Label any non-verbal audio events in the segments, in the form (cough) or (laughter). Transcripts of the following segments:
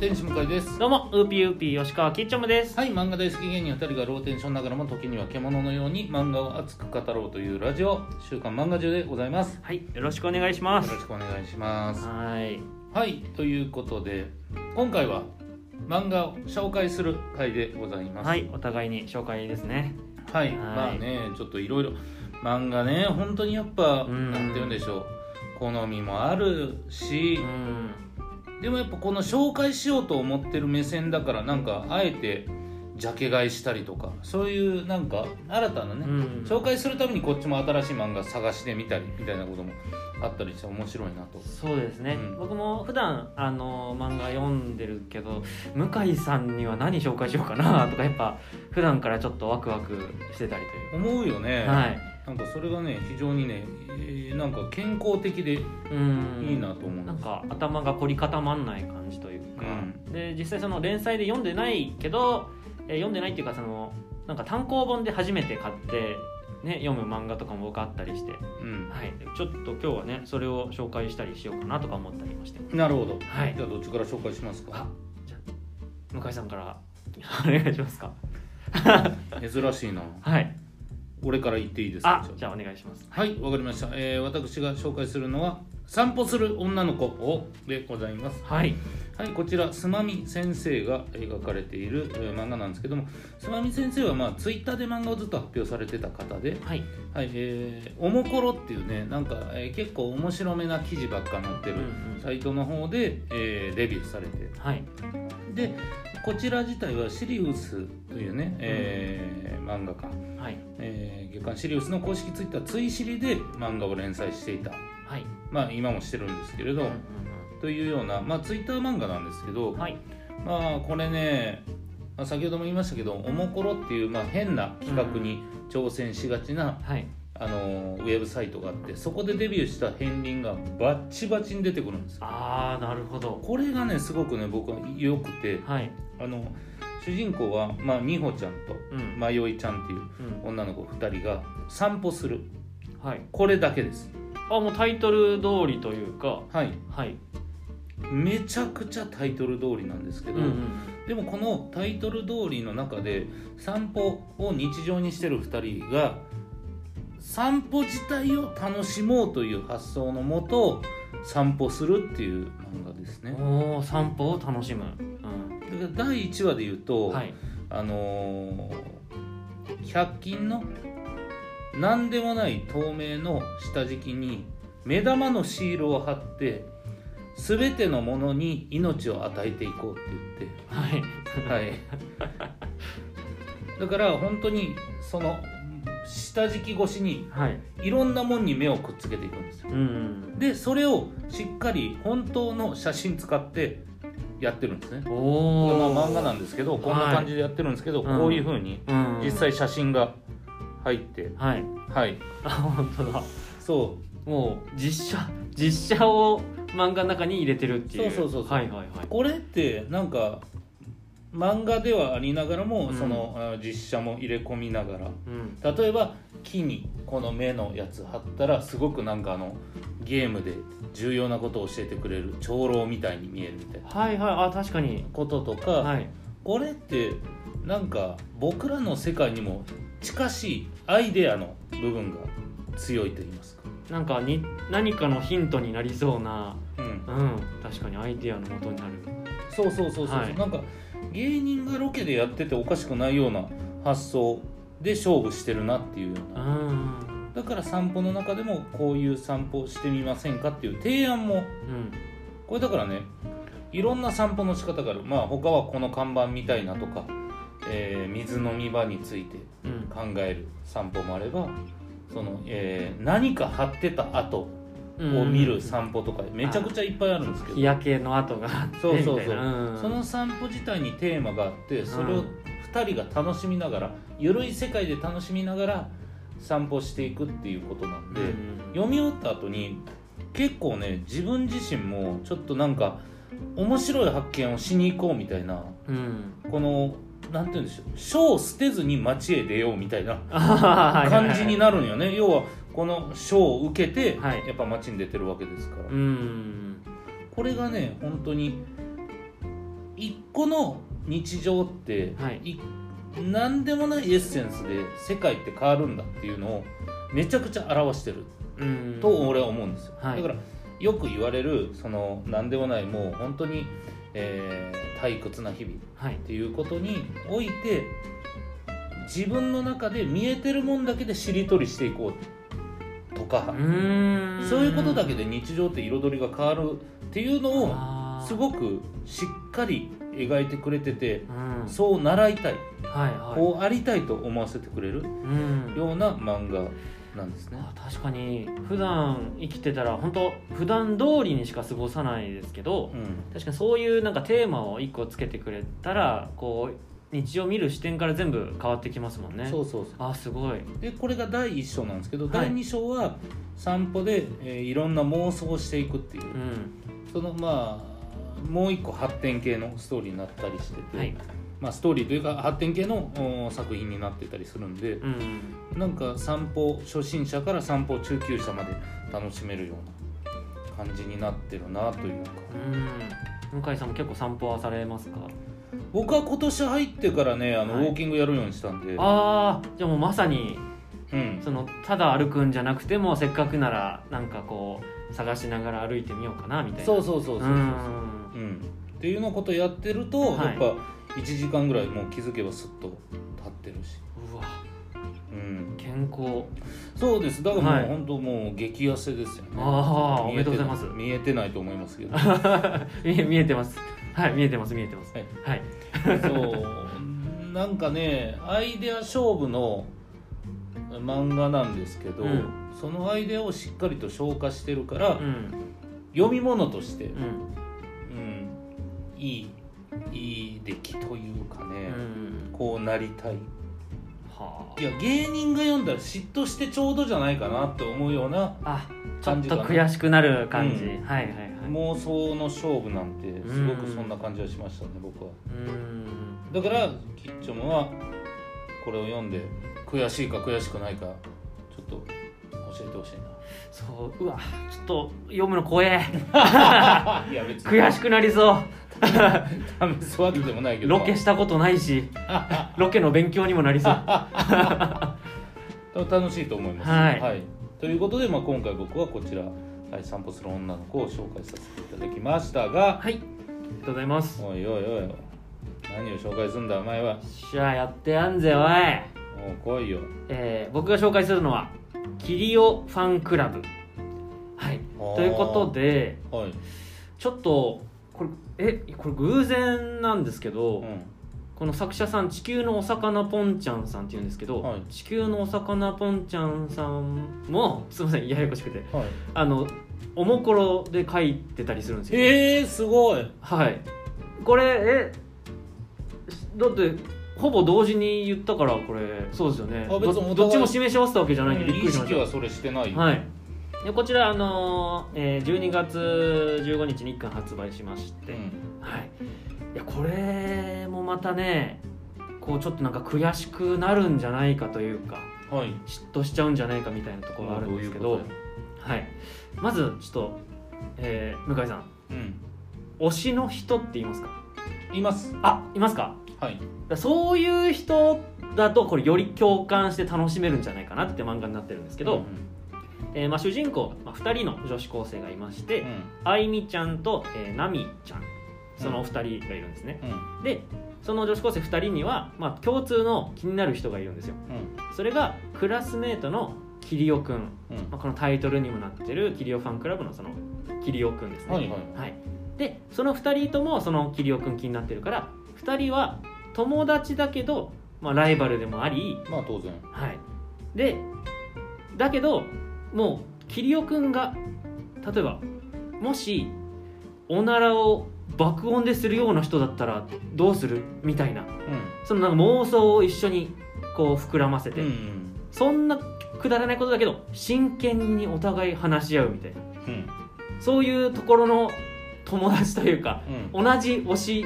天使向井ですどうもウーピーウーピー吉川きっちょむですはい漫画大好き芸人2人がローテンションながらも時には獣のように漫画を熱く語ろうというラジオ「週刊漫画中」でございますよはいよろしくお願いしますろしくお願いしますはいはいということで今回は漫画を紹介する回でございますはいお互いに紹介ですねはい、はいまあねちょっといろいろ漫画ね本当にやっぱ、うんなんて言うんでしょう好みもあるしう、んでもやっぱこの紹介しようと思ってる目線だからなんかあえてジャケ買いしたりとかそういうなんか新たなうね、ん紹介するためにこっちも新しい漫画探してみたりみたいなこともあったりして面白いなとそうですね、うん僕も普段あの漫画読んでるけど向井さんには何紹介しようかなとかやっぱ普段からちょっとワクワクしてたりという思うよね、はいなんかそれがね非常にね、えーなんか健康的でいうんいなと思うなんか頭が凝り固まんない感じというか、うで実際その連載で読んでないけど、えー読んでないっていうかそのなんか単行本で初めて買って、ね、読む漫画とかも僕あったりして、うんはい、ちょっと今日はねそれを紹介したりしようかなとか思ったりましてなるほど、はいじゃあどっちから紹介しますかあじゃあ向井さんから (laughs) お願いしますか珍しいなはい俺から言っていいですかあじゃあお願いしますはいわかりました、えー私が紹介するのは「散歩する女の子を」でございますはいはい、こちら、すまみ先生が描かれているえー漫画なんですけども、すまみ先生は、まあ、ツイッターで漫画をずっと発表されてた方で、はいはいえーおもころっていうね、なんか、えー結構面白めな記事ばっか載ってるうんうんサイトの方で、えーデビューされて、はいで、こちら自体はシリウスというね、えー漫画家、はいえー月刊シリウスの公式ツイッター、ついしりで漫画を連載していた、はいまあ、今もしてるんですけれど、うんうんというような、まあ、ツイッター漫画なんですけど、うんはいまあこれね、まあ、先ほども言いましたけど「おもころ」っていう、まあ、変な企画に挑戦しがちな、はいあのーウェブサイトがあってそこでデビューした片鱗がバッチバチに出てくるんですよああなるほどこれがねすごくね僕は良くてはいあの主人公は、まあ、美穂ちゃんとうんまよいちゃんっていううん女の子2人が散歩するはいこれだけですあもうタイトル通りというかはいはい、めちゃくちゃタイトル通りなんですけうんど、でもこのタイトル通りの中で散歩を日常にしてる2人が散歩自体を楽しもうという発想のもと散歩するっていう漫画ですね。おお散歩を楽しむ、うだから第1話で言うと、ん、はいあのー100均の何でもない透明の下敷きに目玉のシールを貼って全てのものに命を与えていこうって言って。ははいい、だから本当にその下敷き越しにはいいろんなもんに目をくっつけていくんですようんでそれをしっかり本当の写真使ってやってるんですねおこれおまあ漫画なんですけどこんな感じでやってるんですけど、はいこういうふうにうん実際写真が入って、はいはいあ本当だそもう実写実写を漫画の中に入れてるっていうそうそうそうそうはいはいはいうこれってなんか漫画ではありながらも、うんそのあ実写も入れ込みながらうん例えば木にこの目のやつ貼ったらすごくなんかあのゲームで重要なことを教えてくれる長老みたいに見えるみたいなはいはいあ確かにこととか、はいこれってなんか僕らの世界にも近しいアイデアの部分が強いと言いますか、なんかに何かのヒントになりそうなうん、うん確かにアイディアの元になるそうそうそうそう、はいなんか芸人がロケでやってておかしくないような発想で勝負してるなっていうよううな、んだから散歩の中でもこういう散歩してみませんかっていう提案もうんこれだからねいろんな散歩の仕方があるまあ他はこの看板みたいなとか、えー水飲み場についてうん考える散歩もあればその、えー何か貼ってた跡をうん見る散歩とかめちゃくちゃいっぱいあるんですけ日ど、焼けの跡があってそうそうそうみたいなうんその散歩自体にテーマがあってそれうをん2人が楽しみながらゆるい世界で楽しみながら散歩していくっていうことなんで。うん読み終わった後に結構ね自分自身もちょっとなんか面白い発見をしに行こうみたいなうんこのなんて言うんでしょう書を捨てずに街へ出ようみたいな感感じになるんよね要はこの書を受けてはいやっぱ街に出てるわけですから、うんこれがね本当に一個の日常って、はいい何でもないエッセンスで世界って変わるんだっていうのをめちゃくちゃ表してるうんと俺は思うんですよ、はいだからよく言われるその何でもないもう本当に、えー退屈な日々っはいていうことにおいて自分の中で見えてるもんだけでしりとりしていこうとか、うんそういうことだけで日常って彩りが変わるっていうのをあーすごくしっかり描いてくれててうんそう習いたいはいはいこうありたいと思わせてくれるうんような漫画なんですね。あ確かに普段生きてたら本当普段通りにしか過ごさないですけどうん確かにそういうなんかテーマを一個つけてくれたらこう日常見る視点から全部変わってきますもんねそうそうそあすごいうでこれが第1章なんですけど、はい第2章は散歩で、えーいろんな妄想をしていくっていう、うんそのまあもう一個発展系のストーリーになったりしてて、はいまあ、ストーリーというか発展系のお作品になってたりするんで、うんなんか散歩初心者から散歩中級者まで楽しめるような感じになってるなというかうん向井さんも結構散歩はされますか僕は今年入ってからねあの、はいウォーキングやるようにしたんで、ああじゃあもうまさにうん、そのただ歩くんじゃなくてもせっかくならなんかこう探しながら歩いてみようかなみたいなそうそそうそうそうそう、うんん、っていうのことやってると、はいやっぱ1時間ぐらいもう気づけばすっと立ってるし、うわうん、健康そうですだからもう、はい本当もう激痩せですよねあー見えておめでとうございますな見えてないと思いますけ (laughs) ど見え見えてますはい見えてます見えてますはいはい、そうなんかねアイデア勝負の漫画なんですけど、うんそのアイデアをしっかりと消化してるから、うん読み物として、うんうんいいいい出来というかうね、んこうなりたいはいや芸人が読んだら嫉妬してちょうどじゃないかなって思うようなああちょっと悔しくなる感じ、うはいはいはい妄想の勝負なんてすごくそんな感じはしましたね僕はうんだからキッチョムはこれを読んで悔しいか悔しくないかちょっと教えてほしいそううわちょっと読むの怖え (laughs) ないや別に悔しくなりそ試すわけでもないけうどロケしたことないしロケの勉強にもなりそうはまあ楽しいと思いますはいということで、まあ、今回僕はこちら、はい、散歩する女の子を紹介させていただきましたがいありがとうございますおいおいおい何を紹介するんだお前はじゃあやってやんぜおいもう来いよえー僕が紹介するのはキリオファンクラブはいあーということではい、ちょっとこれえこれ偶然なんですけど、うこの作者さん「地球のお魚ぽんちゃん」さんっていうんですけど、はい地球のお魚ぽんちゃんさんもすいませんややこしくてんはい、あのおもころで書いてたりするんですよ、えー、すごいはいこれえだってほぼ同時に言ったからこれそうですよねあど別にお互いどっちも示し合わせたわけじゃないんでびっく意りしま識しはそれしてないたはいでこちら、あのーえー12月15日に1巻発売しまして、うんはい、いやこれもまたねこうちょっとなんか悔しくなるんじゃないかというかはい嫉妬しちゃうんじゃないかみたいなところがあるんですけどういうこはい、まずちょっと、えー向井さんとようん推しの人って言いますかいますあいますかはいだからそういう人だとこれより共感して楽しめるんじゃないかなって漫画になってるんですけど、えーまあ、主人公、まあ、2人の女子高生がいまして、うんうんあいみちゃんと、えーなみちゃんそのお二人がいるんですね、うんでその女子高生2人には、まあ、共通の気になる人がいるんですよそれがクラスメートのキリオくん、うんうんまあ、このタイトルにもなってるキリオファンクラブのそのキリオくんですねはいはいでその2人ともそのキリオくん気になってるから2人は友達だけど、まあ、ライバルでもあり、まあ当然はい、でだけどもうキリオくんが例えばもしおならを爆音でするような人だったらどうするみたいなうそのなんか妄想を一緒にこう膨らませて、んうんそんなくだらないことだけど真剣にお互い話し合うみたいなうんそういうところの友達というかうん同じ推し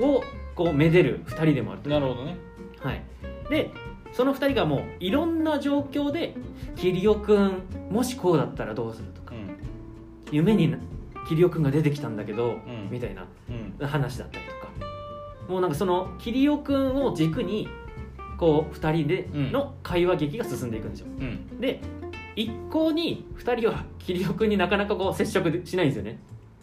をこうめでる2人でもあるうんなるほどねはい、でその2人がもういろんな状況で「キリオくんもしこうだったらどうする?」とうかん「夢になキリオくんが出てきたんだけど」うんみたいなうん話だったりとかもうなんかそのキリオくんを軸にこう2人での会話劇が進んでいくんですよ、うんで一向に2人はキリオくんになかなかこう接触しないんですよね、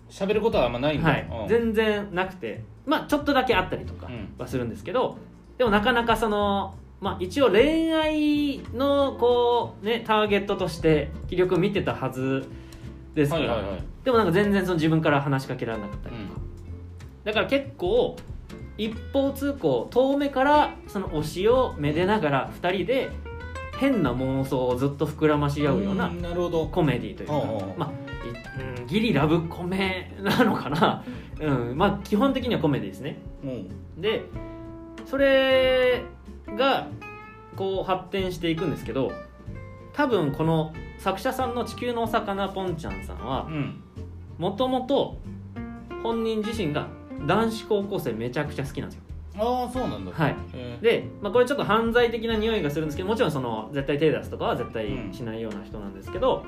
喋ることはあんまないんだ、はいうん、全然なくてまあちょっとだけあったりとかうんはするんですけど、でもなかなかそのまあ一応恋愛のこうねターゲットとしてキリオくん見てたはずですかはら、いはいはいでもなんか全然その自分から話しかけられなかったりとか、だから結構一方通行遠目からその推しをめでながら2人で変な妄想をずっと膨らまし合うようななるほどコメディというか、おうおうおうまあいうんギリラブコメなのかな、うんまあ、基本的にはコメディですねうんでそれがこう発展していくんですけど多分この作者さんの「地球のお魚ぽんちゃん」さんはうんもともと本人自身が男子高校生めちゃくちゃ好きなんですよああそうなんだはいえーで、まあ、これちょっと犯罪的な匂いがするんですけどもちろんその絶対手出すとかは絶対しないような人なんですけど、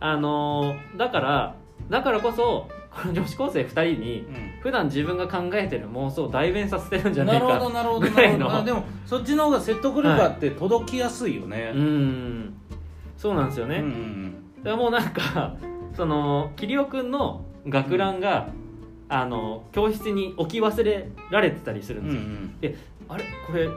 あのーだからだからこそこの女子高生2人にうん普段自分が考えてる妄想を代弁させてるんじゃなないるかほどなるほどぐらないるほのどあでもそっちの方が説得力あって届きやすいよね、うーんそうなんですよね、うんうだかんらもうなんかその桐生くんの学ランが、あの教室に置き忘れられてたりするんうんうですよ、んあれこれ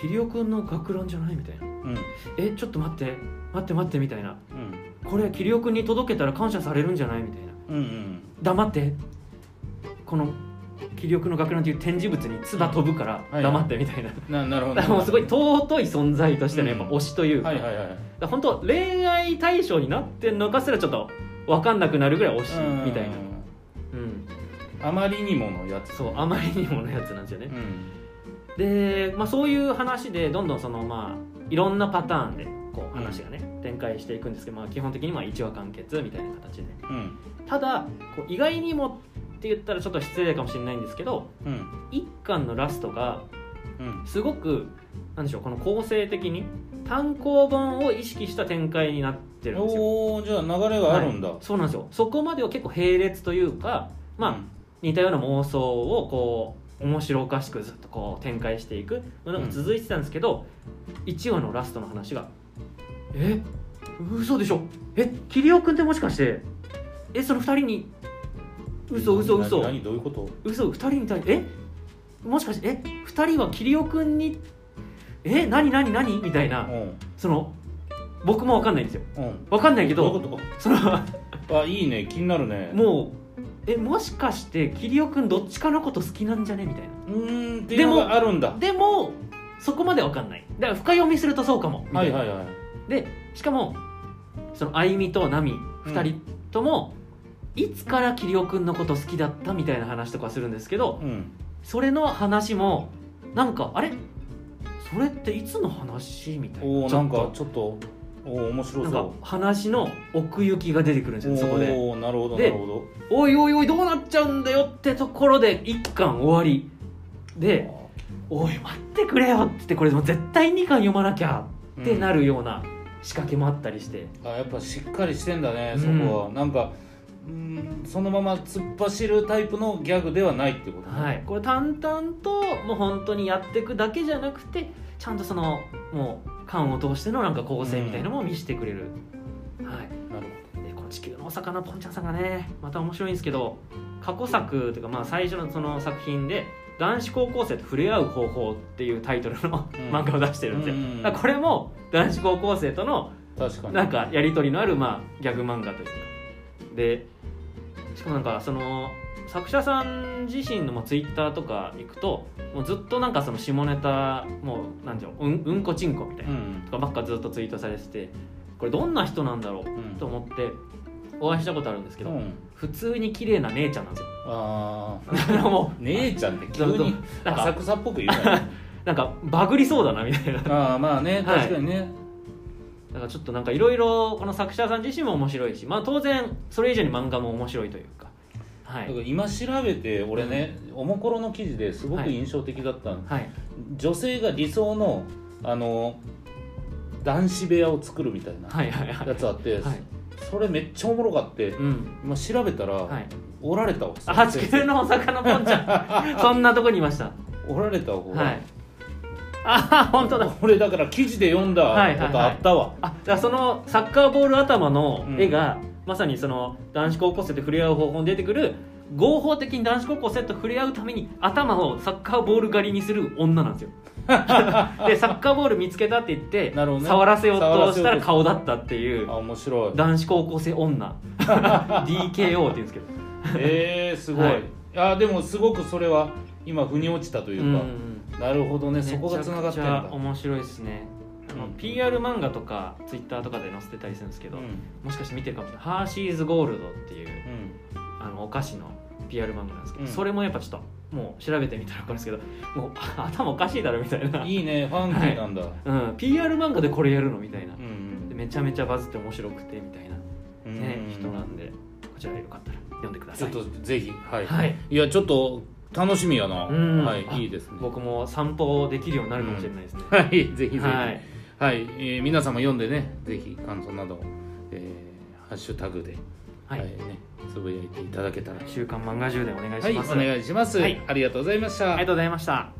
桐生くんの学ランじゃないみたいなうんえちょっと待って待って待ってみたいなうんこれ桐生くんに届けたら感謝されるんじゃないみたいなうんうん黙ってこの桐生くんの学ランっていう展示物に唾飛ぶからはい黙ってみたいな、ななるほだどからもうすごい尊い存在としてのやっぱうん推しというか,、はいはいはいだから本当恋愛対象になってんのかすらちょっと分かんなくなるぐらい推しうんみたいな、うん、あまりにものやつそうあまりにものやつなんですよね、うんで、まあ、そういう話でどんどんそのまあいろんなパターンでこう話がね、展開していくんですけど、まあ、基本的にまあ1話完結みたいな形でうんただこう意外にもって言ったらちょっと失礼かもしれないんですけどうん一巻のラストがうんすごくなんでしょうこの構成的に単行本を意識した展開になってるんですよおおじゃあ流れがあるんだ、はいそうなんですよそこまでは結構並列というかまあ、似たような妄想をこう面白おかしくずっとこう展開していくのが続いてたんですけど、1話のラストの話が「え嘘でしょえ桐生君ってもしかしてえその2人にうん嘘嘘嘘何何どういうこと嘘2人に対えもしかしてえ2人は桐生君にえ何何何?」みたいなうんその僕も分かんないんですようん分かんないけどうどいうこそのとあいいね気になるねもうえもしかして桐生君どっちかのこと好きなんじゃねみたいな。うーんっていうのがあるんだでもそこまでは分かんないだから深読みするとそうかもみたはいいなはいはいでしかもそのあゆみとなみ2人とも、いつから桐生君のこと好きだったみたいな話とかするんですけどうんそれの話もなんかあれそれっていつの話みたいおなおちょなっんかとちょっとおお面白なんかそ話の奥行きが出てくるんですうよそこでおおなるほどなでるほどおいおいおいどうなっちゃうんだよってところで一巻終わりでおい待ってくれよって言ってこれもう絶対2巻読まなきゃうんってなるような仕掛けもあったりして、あやっぱしっかりしてんだねうんそこはなんかうんそのまま突っ走るタイプのギャグではないってことねはい、これ淡々ともう本当にやっていくだけじゃなくてちゃんとそのもう巻を通してのなんか構成みたいなのも見せてくれる、はい、なるでこの「地球のお魚ぽんちゃん」さんがねまた面白いんですけど過去作というかまあ最初のその作品で「男子高校生と触れ合う方法」っていうタイトルのうん漫画を出してるんですよ、うんだからこれも男子高校生とのほど確かになんかやり取りのある、まあ、ギャグ漫画というかでしかもなんかその作者さん自身のツイッターとか行くともうずっとなんかその下ネタもうなんていうのうんうんこちんこみたいうな、んとかばっかずっとツイートされててこれどんな人なんだろううんと思ってお会いしたことあるんですけうど、ん普通に綺麗な姉ちゃんなんですよああだから (laughs) も姉ちゃんってう急になん浅か草っぽく言うからねなんかバグりそうだなみたいな (laughs) ああまあねはい確かにねだからちょっとなんかいろいろこの作者さん自身も面白いし、まあ、当然それ以上に漫画も面白いというか、はだいから今調べて俺ねおもころの記事ですごく印象的だったのはい、女性が理想のあの男子部屋を作るみたいなはいはいはいやつあってはいそれめっちゃおもろかってうん今調べたらはいおられたわあそ地の先球生 (laughs) のお魚ぽんちゃんそんなとこにいましたおられた方が、はいあ本当だ俺だから記事で読んだことあったわ、あじゃあそのサッカーボール頭の絵が、まさにその男子高校生と触れ合う方法に出てくる合法的に男子高校生と触れ合うために頭をサッカーボール狩りにする女なんで (laughs) すよでサッカーボール見つけたって言って、なるほどね触らせようとした触らせようらと顔だったっていうあ面白い男子高校 (laughs) 生女 DKO って言うんですけどえー、すごい、はいあでもすごくそれは今腑に落ちたといううか、んなるほどねめちそゃこがくつながっちてんゃだ、面白いですねあのうん PR 漫画とか Twitter とかで載せてたりするんですけうど、んもしかして見てるかもしれない「ハーシーズゴールド」っていううん、あのお菓子の PR 漫画なんですけど、うんそれもやっぱちょっともう調べてみたら分かるんですけどもう (laughs) あ頭おかしいだろみたいな、いいねファンキーなんだ、うん、PR 漫画でこれやるのみたいなう、でんめちゃめちゃバズって面白くてみたいな、うんねうん人なんでこちらよかったら読んでくだちさょいっとぜひはい、はい、い、やちょっと楽しみやな、うんはいいいですね僕も散歩できるようになるかもしれないですね、はいぜひぜひははいい、えー皆様読んでねぜひ感想などを、えーハッシュタグで、ははいいね、つぶやいていただけたら週刊漫画充電お願いはしいおます、あり願いします、はいありがとうございましたがとうございました